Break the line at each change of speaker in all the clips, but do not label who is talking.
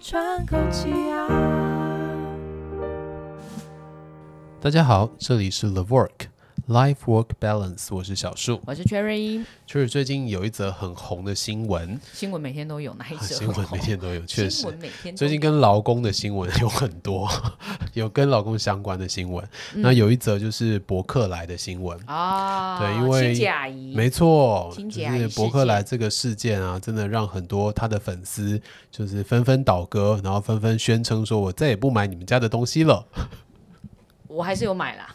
喘口气啊！
大家好，这里是 The Work Life Work Balance，我是小树。
我是 Cherry，
就是最近有一则很红的新闻，
新闻每天都有哪一
啊
则？
新 闻每天都有，确实
新闻。每天都有
最近跟劳工的新闻有很多， 有跟劳工相关的新闻。
嗯
那有一则就是伯克莱的新闻，
啊，
对因为
亲姐阿姨
没错，
清
就
洁阿姨
是
事
伯克莱这个事件啊，真的让很多他的粉丝就是纷纷倒戈，然后纷纷宣称说：“我再也不买你们家的东西了。
我还是有 买啦，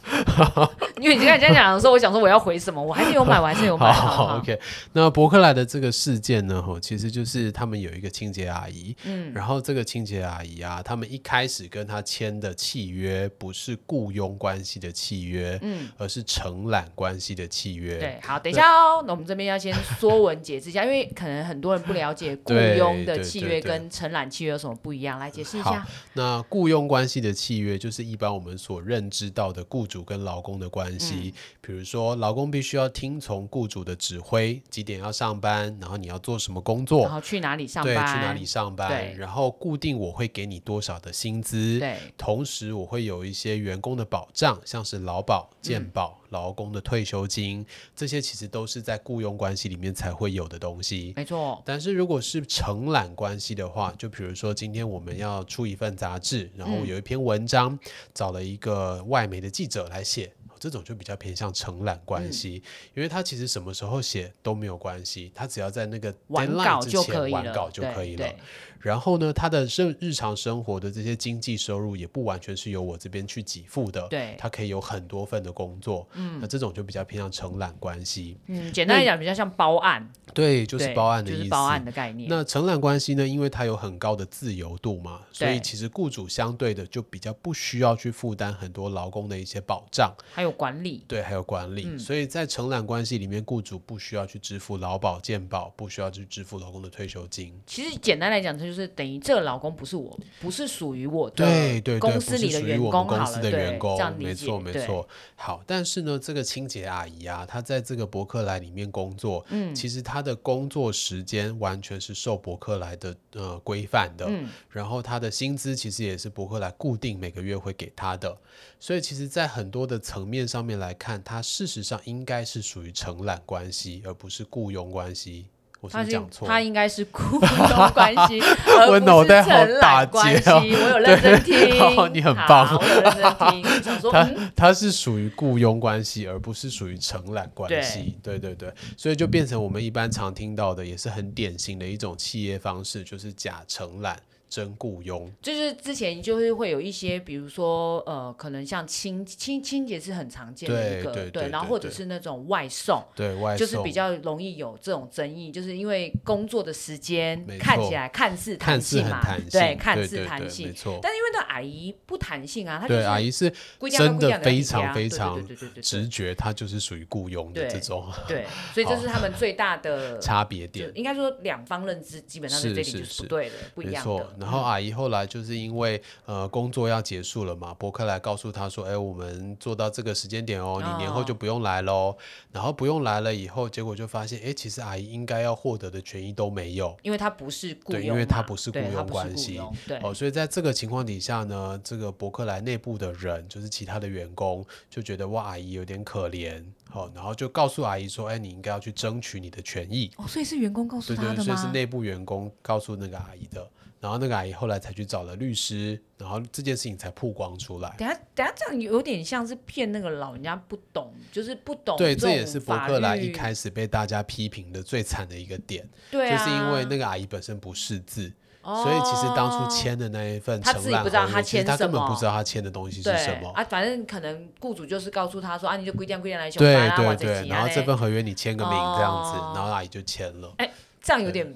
因为你刚才这样讲的时候，我想说我要回什么，我还是有买，我还 是有买。
好
不好
o k 那伯克莱的这个事件呢，吼，其实就是他们有一个清洁阿姨，嗯，然后这个清洁阿姨啊，他们一开始跟她签的契约不是雇佣关系的契约，嗯，而是承揽关系的契约，
对，好，等一下哦。那我们这边要先说文解释一下，因为可能很多人不了解雇
对
佣的
对
契
对
约
对
跟承揽契约有什么不一样，来解释一
好
下。
那雇佣关系的契约就是一般我们所认知到的雇主跟劳工的关系，比如说劳工必须要听从雇主的指挥，几点要上班，然后你要做什么工作
然，后去哪里上
对，
班？
去哪里？上班
对，
然后固定我会给你多少的薪资，
对
同时我会有一些员工的保障，像是劳保、
嗯
健保、劳工的退休金，这些其实都是在雇佣关系里面才会有的东西。
没错，
但是如果是承揽关系的话，就比如说今天我们要出一份杂志，然
嗯
后有一篇文章、找了一个外媒的记者来写。这种就比较偏向承揽
嗯
关系，因为他其实什么时候写都没有关系，他只要在那个
完
deadline
稿
之
就
前
可以
完
了，
稿就
对
可以了
对。
然后呢，他的日日常生活的这些经济收入也不完全是由我这边去给付的，
对
他可以有很多份的工作，嗯，那这种就比较偏向承揽关系，
嗯，简单来讲，比较像包案，
对，就是
对
包案的
就
意
是
思。
包案的概念。
那承揽关系呢，因为它有很高的自由度嘛，所以
对
其实雇主相对的就比较不需要去负担很多劳工的一些保障，
还有管理，
对，还有管理。
嗯
所以在承揽关系里面，雇主不需要去支付劳保、健保，不需要去支付劳工的退休金。
其实简单来讲，它就是等于这个老公不是我，不是属于我的
对对对，
公
不
司
是
里的
属于
员
我
工
们公
好
司
了，
的
对，
员工
这样，理
没
解
错没
对
错。好，但是呢，这个清洁阿姨啊，她在这个伯克莱里面工作，嗯，其实她的工作时间完全是受伯克莱的呃规范的，
嗯
然后她的薪资其实也是伯克莱固定每个月会给她的，所以其实，在很多的层面上面来看，她事实上应该是属于承揽关系，而不是雇佣关系。我是
他
不是
是
讲错了，
他应 该是雇佣关系，而
我
不
脑
是
袋好
承
打
揽关
结
系。
哦
我 有认真
对
听，
好你很棒
好我有认真 听。想说，
它
嗯
它是属于雇佣关系，而不是属于承揽关系。对对对，所以就变成我们一般常听到的，也是很典型的一种企业方式，就是假承揽真雇佣。
就是之前就是会有一些，比如说呃，可能像清清清洁是很常见的一个，
对对对
然后
对
或者
对
是那种外送。
对外
就是
送
比较容易有这种争议，就是因为工作的时间
没
看
错
起来看似
看
弹
似
性
很
嘛，
弹性，
对，看
对
似
对
弹
对没
性，
错。
但是因为那阿姨不弹性啊，她就
对，
是
阿姨是
规定要
真
规定
的
要
非
给她
常非
啊对
常
对对对对对
直觉，她就是属于雇佣的
对
这种
对，所以这是他们最大的
差别点
就。应该说两方认知基本上对这一
是
点就是是不对的，不一
没
样
错
的，。嗯
然后阿姨后来就是因为呃工作要结束了嘛，伯克莱告诉她说：“哎，我们做到这个时间点哦，你年后就
哦
不用来喽。”然后不用来了以后，结果就发现，哎，其实阿姨应该要获得的权益都没有。
因为他不是雇佣
对因
嘛，
为他不是
对
雇佣
他不是
关
雇
系
佣对，
哦，所以在这个情况底下呢，这个伯克莱内部的人，就是其他的员工，就觉得哇，阿姨有点可怜，好、然后就告诉阿姨说，哎，你应该要去争取你的权益。
哦，所以是员工告诉
对
他
对，
的
所以是
吗？
内部员工告诉那个阿姨的，然后那个阿姨后来才去找了律师，然后这件事情才曝光出来。
等下，等下，这样有点像是骗那个老人家不懂，就是不懂
对，
这
这也
种
是伯
法
克莱
律
一，开始被大家批评的最惨的一个点，
对啊，
就是因为那个阿姨本身不识字，
哦，
所以其实当初签的那一份
她
承
自己
揽
不知道
合约
她
其实
签
她根
什
本不
么
知道她签的东西是
对
什么。
啊，反正可能雇主就是告诉他说啊，你就规定规定来上
对
班啊，
对
或者是
对，
怎
然
样
后这
嘞
份合约你签个名这样子，
哦
然后阿姨就签了，
这样有点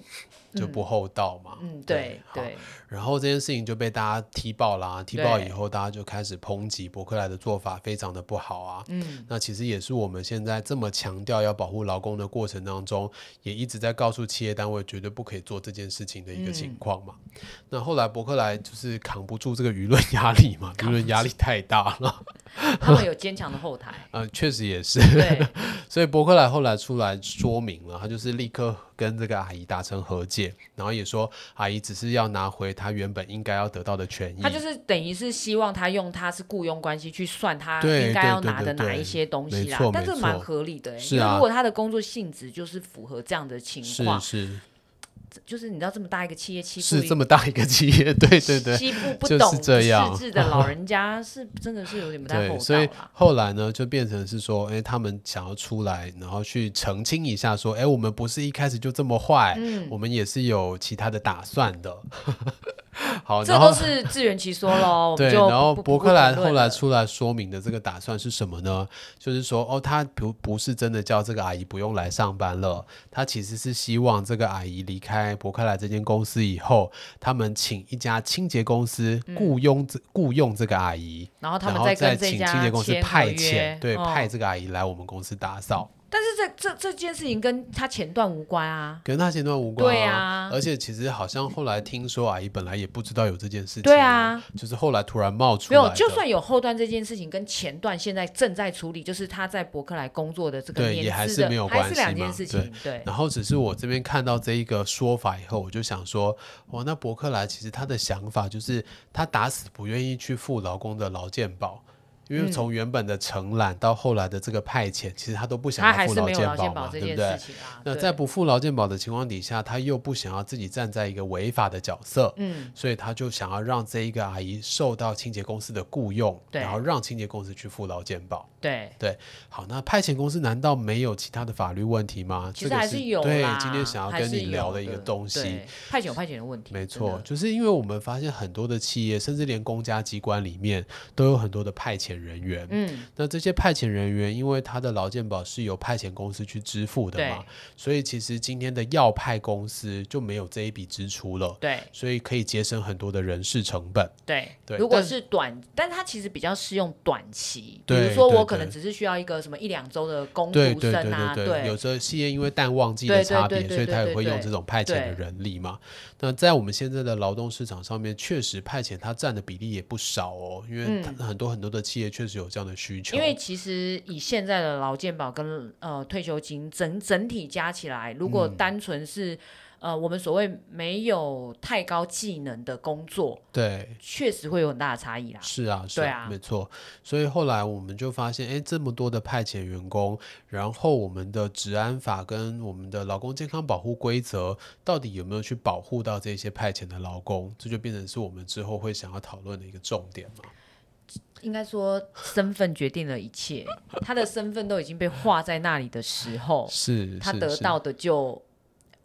就不厚道嘛。
嗯，对
好
对，
然后这件事情就被大家踢爆啦，踢爆
对
以后，大家就开始抨击伯克莱的做法非常的不好啊。
嗯，
那其实也是我们现在这么强调要保护劳工的过程当中，也一直在告诉企业单位绝对不可以做这件事情的
嗯
一个情况嘛。那后来伯克莱就是扛不住这个舆论压力嘛，舆论压力太大了，，
他们有坚强的后台
呃，确实也是。
对，
所以伯克莱后来出来说明了，他就是立刻跟这个阿姨达成和解，然后也说阿姨只是要拿回她原本应该要得到的权益。
他就是等于是希望他用他是雇佣关系去算他
对
应该要拿的
对对对
哪一些东西
没
啦
错，
但这
没错
蛮合理的、欸，
是
因
啊
为如果他的工作性质就是符合这样的情况，
是
就是你知道这么大一个企业欺负
是
一
这么大一个企业， 对对对。
欺负不
就是
懂
这样
事的老 人家是真的是有点不太厚
对，
道
所以
啦。
后来呢，就变成是说，哎、他们想要出来，然后去澄清一下，说，哎、我们不是一开始就这么坏，
嗯
我们也是有其他的打算的。 好，
这
哦然
都
后
是自圆其 说喽。我们
对，
就
然后
不
伯克兰后来，
不不不讨论了
出来说明的这个打算是什么呢？就是说，哦，他不不是真的叫这个阿姨不用来上班了，他其实是希望这个阿姨离开伯克莱这间公司以后，他们请一家清洁公司雇佣这、雇佣这个阿姨，
嗯然后他
然
们
后再
跟这
请
家
清洁公司
签合
派
约
遣，对，
哦
派这个阿姨来我们公司打扫，
但是这这这件事情跟他前段无关啊。
跟他前段无关哦
对啊
而且其实好像后来听说阿姨本来也不知道有这件事情，哦
对啊，
就是后来突然冒出
没
来
有，
的，
就算有后段这件事情，跟前段现在正在处理，就是他在伯克莱工作的这个
对
年
也还
资
是
的
没有
还
关
是
系
两
嘛
件事情。对，
然后只是我这边看到这一个说法以后，我就想说，哇，那伯克莱其实他的想法就是他打死不愿意去付劳工的劳健保。因
嗯
为从原本的承揽到后来的这个派遣，其实他都不想
他还
要付
是没有
健
劳健
嘛，
保这
对不
件
对
事？情啊。
那
对
在不付劳健保的情况底下，他又不想要自己站在一个违法的角色，
嗯，
所以他就想要让这一个阿姨受到清洁公司的雇佣，
对
然后让清洁公司去付劳健保。
对，
好，那派遣公司难道没有其他的法律问题吗？
其实
这个
还是有
对
啦，
今天想要
还
跟
是
你聊
有
的
的
一个东西
对。，派遣有派遣的问题，
没
真的
错，，就是因为我们发现很多的企业，甚至连公家机关里面都有很多的派遣人员。
嗯，
那这些派遣人员，因为他的劳健保是由派遣公司去支付的
对
嘛，所以其实今天的要派公司就没有这一笔支出了，
对
所以可以节省很多的人事成本。
对
对
如果
但
是短，但它其实比较适用短期，比
对
如说
对
我可能
对
只是需要一个什么一两周的工
对
读
对对
生啊，
对对，有时候企业因为淡旺季
对
的
对
差
对
别，
对
所以
对
他
对
也会用
对
这种派遣的
对
人力嘛。那在我们现在的劳动市场上面，确实派遣它占的比例也不少哦，因为它很多很多的企业确实有这样的需求。
嗯因为其实以现在的劳健保跟呃退休金整整体加起来，如
嗯
果单纯是、呃我们所谓没有太高技能的工作，
对，
确实会有很大的差异啦。
是啊，是
对
啊
啊
没错。所以后来我们就发现，哎，这么多的派遣员工，然后我们的治安法跟我们的劳工健康保护规则，到底有没有去保护到这些派遣的劳工？这就变成是我们之后会想要讨论的一个重点嘛。
应该说身份决定了一切，他的身份都已经被画在那里的时候，
是，
哦他
是
得
是
到的就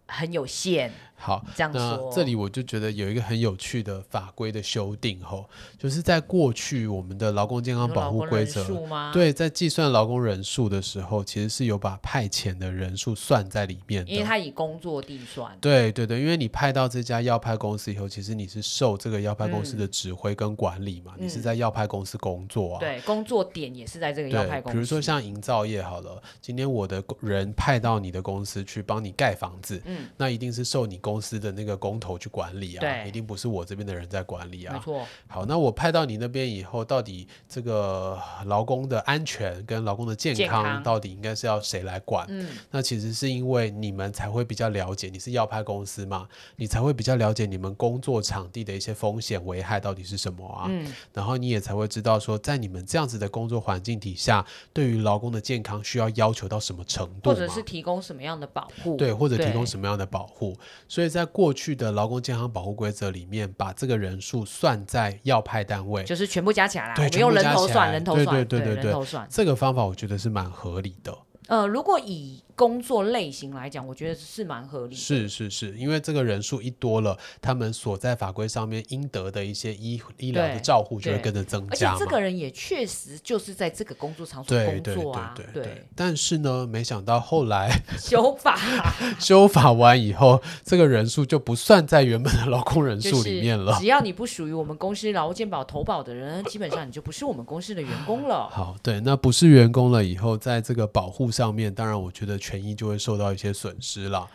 很有限。
好，
这样
那
说，
这里我就觉得有一个很有趣的法规的修订吼，就是在过去我们的劳工健
你
康
说
保
劳
护
工
规
人
则，
数吗？，
对，在计算劳工人数的时候，其实是有把派遣的人数算在里面
因为
的。
他以工作地算。
对对对，因为你派到这家要派公司以后，其实你是受这个要派公司的指挥跟管理嘛，你是
嗯
在要派公司工作啊。
对，工作点也是在这个要
对
派，公司。
比如说像营造业好了，今天我的工人派到你的公司去帮你盖房子，
嗯，
那一定是受你公司的那个工头去管理啊，
对
一定不是我这边的人在管理
没
啊。
错，
好，那我派到你那边以后，到底这个劳工的安全跟劳工的健
健
康，
康
到底应该是要谁来管？
嗯，
那其实是因为你们才会比较了解，你是要派公司嘛，你才会比较了解你们工作场地的一些风险危害到底是什么啊，
嗯
然后你也才会知道说，在你们这样子的工作环境底下，对于劳工的健康需要要求到什么程度
或
嘛？
者是提供什么样的保护？
对，或者提供
对
什么样的保护？所以在过去的劳工健康保护规则里面，把这个人数算在要派单位，
就是全部加起来啦，
对
我们
全部
用人
加
头
起
算，
来
人头
对
算，
对对对对
人头算。
这个方法我觉得是蛮合理的。
呃，如果以工作类型来讲，我觉得是蛮合理的。
嗯是是是，因为这个人数一多了，他们所在法规上面应得的一些医医疗的
对
照护就会
对
跟着增
而且
加嘛。
这个人也确实就是在这个工作场所
对
工
对
作
对
啊，
对对，但是呢，没想到后来
修法啊
修法完以后，这个人数就不算在原本的劳工 人
就
数
是
里面了。
只要你不属于我们公司劳健保投保的人，基本上你就不是我们公司的员工了。
好，对，那不是员工了以后，在这个保护上面，当然我觉得权益就会受到一些损失啦。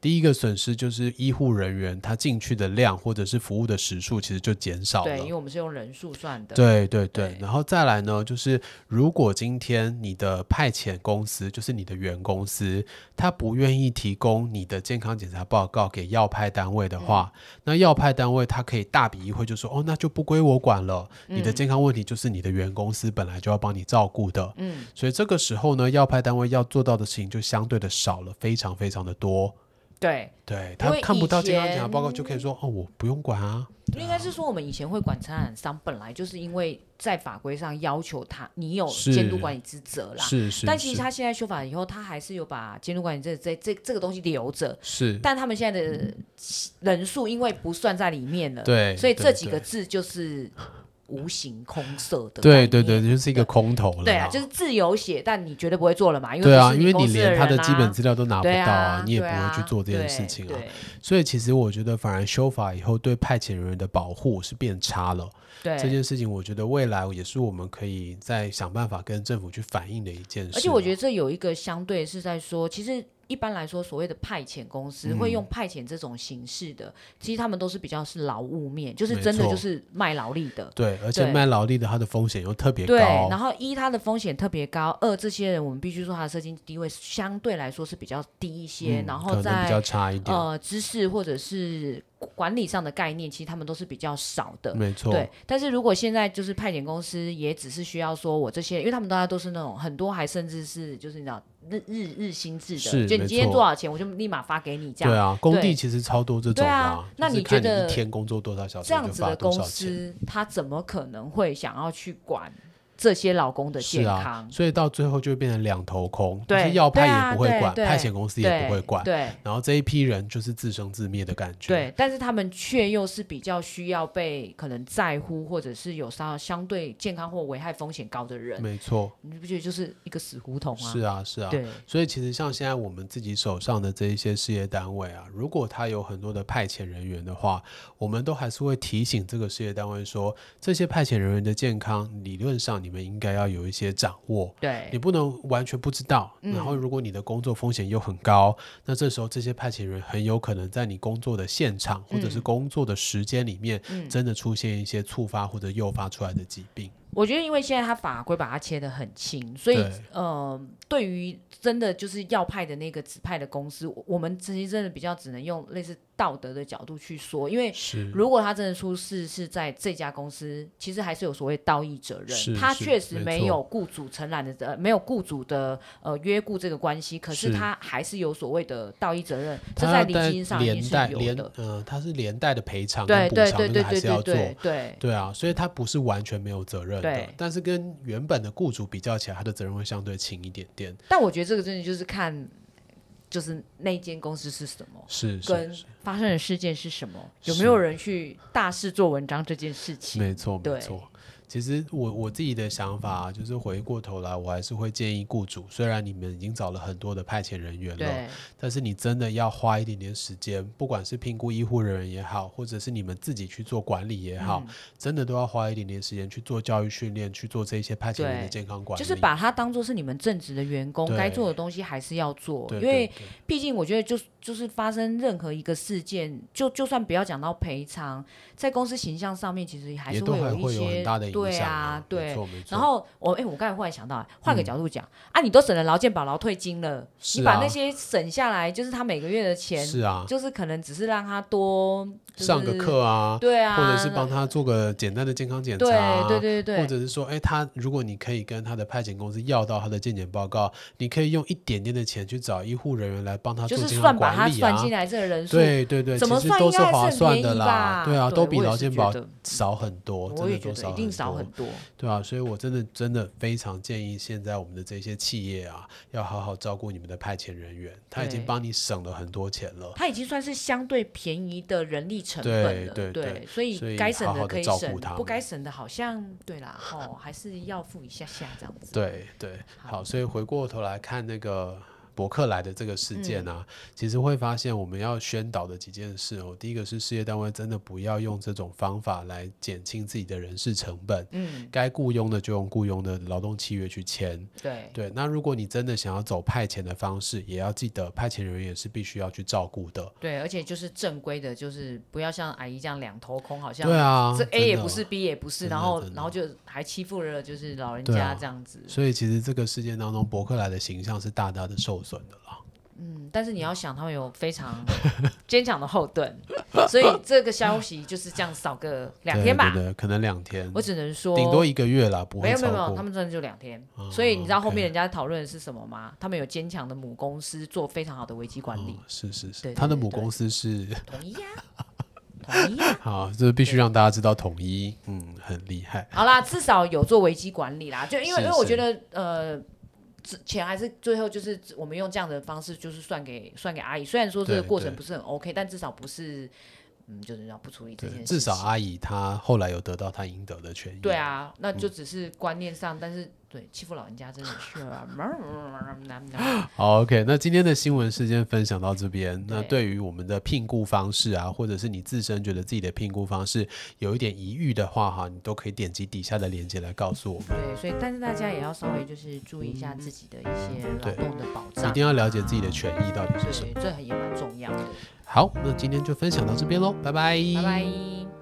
第一个损失就是医护人员他进去的量或者是服务的时数其实就减少
对，因为
了。
我们是用人数算的，
对对对，
对
然后再来呢，就是如果今天你的派遣公司，就是你的原公司，他不愿意提供你的健康检查报告给药派单位的话，
嗯
那药派单位他可以大笔一挥就说，哦，那就不归我管了，
嗯
你的健康问题就是你的原公司本来就要帮你照顾的。
嗯，
所以这个时候呢，药派单位要做到的事情就相对的少了，非常非常的多。
对，
对
因
他
为
看不
以
到健康检查
前
报告，就可以说哦，我不用管啊。
应该是说我们以前会管承揽商，本来就是因为在法规上要求他你有
是
监督管理之责啦。
是是，
但其实
是
他现在修法以后，他还是有把监督管理这这这这个东西留着，
是
但他们现在的人数因为不算在里面了，
对
所以这
对
几
对
个字就是无形空色的概
对
念，
对对，就是一个空头了。
对啊，就是自由写，但你绝对不会做了嘛，因为
对啊，
不是
因为
公
你
司
连他的
人
基本
啊
资料都拿不
对
到
啊，
你也不
对
会去
啊
做这件事
对
情啊。
对
所以其实我觉得，反而修法以后对派遣人员的保护是变差了。
对
这件事情，我觉得未来也是我们可以再想办法跟政府去反映的一件事。
而且我觉得
得，
这有一个相对是在说，其实一般来说，所谓的派遣公司、
嗯
会用派遣这种形式的，其实他们都是比较是劳务面，就是
没
真的
错
就是卖劳力的。
对，而且
对
卖劳力的，它的风险又特别高。
对，然后一它的风险特别高，二这些人我们必须说他的社经地位相对来说是比较低一些，
嗯
然
可
后
能比较
在
差一点，
呃知识或者是管理上的概念，其实他们都是比较少的。
没错，
对，但是如果现在就是派遣公司也只是需要说我这些，因为他们大家都是那种很多还甚至是就是你知道日日日薪制
是
的，就
没
你今天
错
多少钱我就立马发给你这
对
样。
啊，工地
对
其实超多这种的、
对啊那
就是
你
看
觉得
一天工作多少小时，
这样子的公
就发多少钱。
司，他怎么可能会想要去管这些老公的
是
健
啊
康，？
所以到最后就会变成两头空，就
对
是要派
对啊
也不会
对
管，
对
派遣公司也不会管，
对
然后这一批人就是自生自灭的感觉。
对，但是他们却又是比较需要被可能在乎，或者是有啥相对健康或危害风险高的人，
没错，
你不觉得就是一个死胡同吗？
是啊，是啊。
对，
所以其实像现在我们自己手上的这一些事业单位啊，如果他有很多的派遣人员的话，我们都还是会提醒这个事业单位说，这些派遣人员的健康理论上你们应该要有一些掌握。
对，
你不能完全不知道。
嗯
然后，如果你的工作风险又很高，那这时候这些派遣人很有可能在你工作的现场或者是工作的时间里
嗯
面，真的出现一些触发或者诱发出来的疾病。
我觉得，因为现在他法规把它切得很轻，所以
对
呃，对于真的就是要派的那个指派的公司，我我们其实真的比较只能用类似道德的角度去说，因为
是
哎如果他真的出事是在这家公司，其实还是有所谓道义责
是
任，他
是
确实
没
没
错
有雇主承揽的呃没有雇主的呃约雇这个关系，可是
是
他还是有所谓的道义责任，这
它
在
要
礼
带
金上一定
连带
是有
连
的，
嗯、它是连带的赔偿跟
对
补
对
偿，
对
那
对
个还
对
是要做。
对对对
对啊，所以它不是完全没有责任的
对，
但是跟原本的雇主比较起来，它的责任会相对轻一点点。
但我觉得这个真的就是看就是那间公司是什么。
是是
跟
是，
发生的事件是什么，有
是
没有人去大肆做文章这件事情？
没错没
对
错。其实我我自己的想法啊、就是，回过头来，我还是会建议雇主，虽然你们已经找了很多的派遣人员了，
对
但是你真的要花一点点时间，不管是评估医护人员也好，或者是你们自己去做管理也好，
嗯
真的都要花一点点时间去做教育训练，去做这些派遣人员的
对
健康管理，
就是把它当做是你们正职的员工
对
该做的东西还是要做，
对
因为
对对
毕竟我觉得就就是发生任何一个事件，就就算不要讲到赔偿，在公司形象上面其实还
也
是
都
会
还
有
会
一
有
些
很大的影
对
响
啊，
没
对。
错没嗯错。
然后我哎、我刚才忽然想到，换个角度讲、啊，你都省了劳健保、劳退金了，
是
你把
啊
那些省下来，就是他每个月的钱，
是啊，
就是可能只是让他多、就是
上个课啊，
对啊，
或者是帮他做个简单的健康检查、啊，
对对对对
或者是说，哎，他如果你可以跟他的派遣公司要到他的健检报告，你可以用一点点的钱去找医护人员来帮他
就
做
是
健
算
康
把它
管理啊
算。进来这个人数，
对对对，
怎么
其实
算
都
应
是
该
划
还是很
算
便
的
宜
啦，
吧？
对啊，都比
我也
劳
是
健
觉
保
得
少很多，
我
真
也
的
觉
都
得
少
一定少很
多，
多。
对啊，所以我真的真的非常建议现在我们的这些企业啊，要好好照顾你们的派遣人员，他已经
对
帮你省了很多钱了，
它已经算是相对便宜的人力成本了，
对对对
所
所以
以该省
好好地
可以
照
省，
顾他们
不该省的好像对啦，哦，还是要付一下下这样子。
对对，好，所以回过头来看那个伯克莱的这个事件啊，
嗯
其实会发现我们要宣导的几件事哦，第一个是事业单位真的不要用这种方法来减轻自己的人事成本，
嗯，
该雇佣的就用雇佣的劳动契约去签。
对，
对，那如果你真的想要走派遣的方式，也要记得派遣人员也是必须要去照顾的。
对，而且就是正规的，就是不要像阿姨这样两头空，好像
对啊，
这 A 也
真的
不是，B 也不是，
真的
然后
真的
然后就还欺负了就是老人
对
家
啊
这样子。
所以其实这个事件当中，伯克莱的形象是大大的受损的啦。
嗯，但是你要想，他们有非常坚强的后盾，所以这个消息就是这样扫个两
对
天吧。
对对，可能两天，
我只能说，
顶多一个月啦，不
没
会
有没
超
有没有，他
过。
们真的就两天。
哦
所以你知道后
OK
面人家讨论的是什么吗？他们有坚强的母公司做非常好的危机管理
嗯，是是
对
是，
对
他的
对
母
对
公司是
统一呀，统一呀。
好，这必须
对
让大家知道统一，嗯，很厉害。
好啦，至少有做危机管理啦，就因为
是
因为我
是
觉得呃。之前还是最后，就是我们用这样的方式，就是算给算给阿姨。虽然说这个
对
过程
对
不是很 OK，但至少不是，嗯，就是要不处理这
对
件事，情。
至少阿姨啊她后来有得到她应得的权益。
对，啊，那
嗯
就只是观念上，但是对欺负老人家真的是啊，
好，OK，那今天的新闻事件分享到这边。那
对
对于我们的聘雇方式啊，或者是你自身觉得自己的聘雇方式有一点疑虑的话，哈，你都可以点击底下的链接来告诉我们。
对，所以但是大家也要稍微就是注意一下自己的一些劳
对
动的保障、
一定要了解自己的权益嗯到底是什么。
对，这很也蛮重要的。
好，那今天就分享到这边喽，拜拜，
拜拜。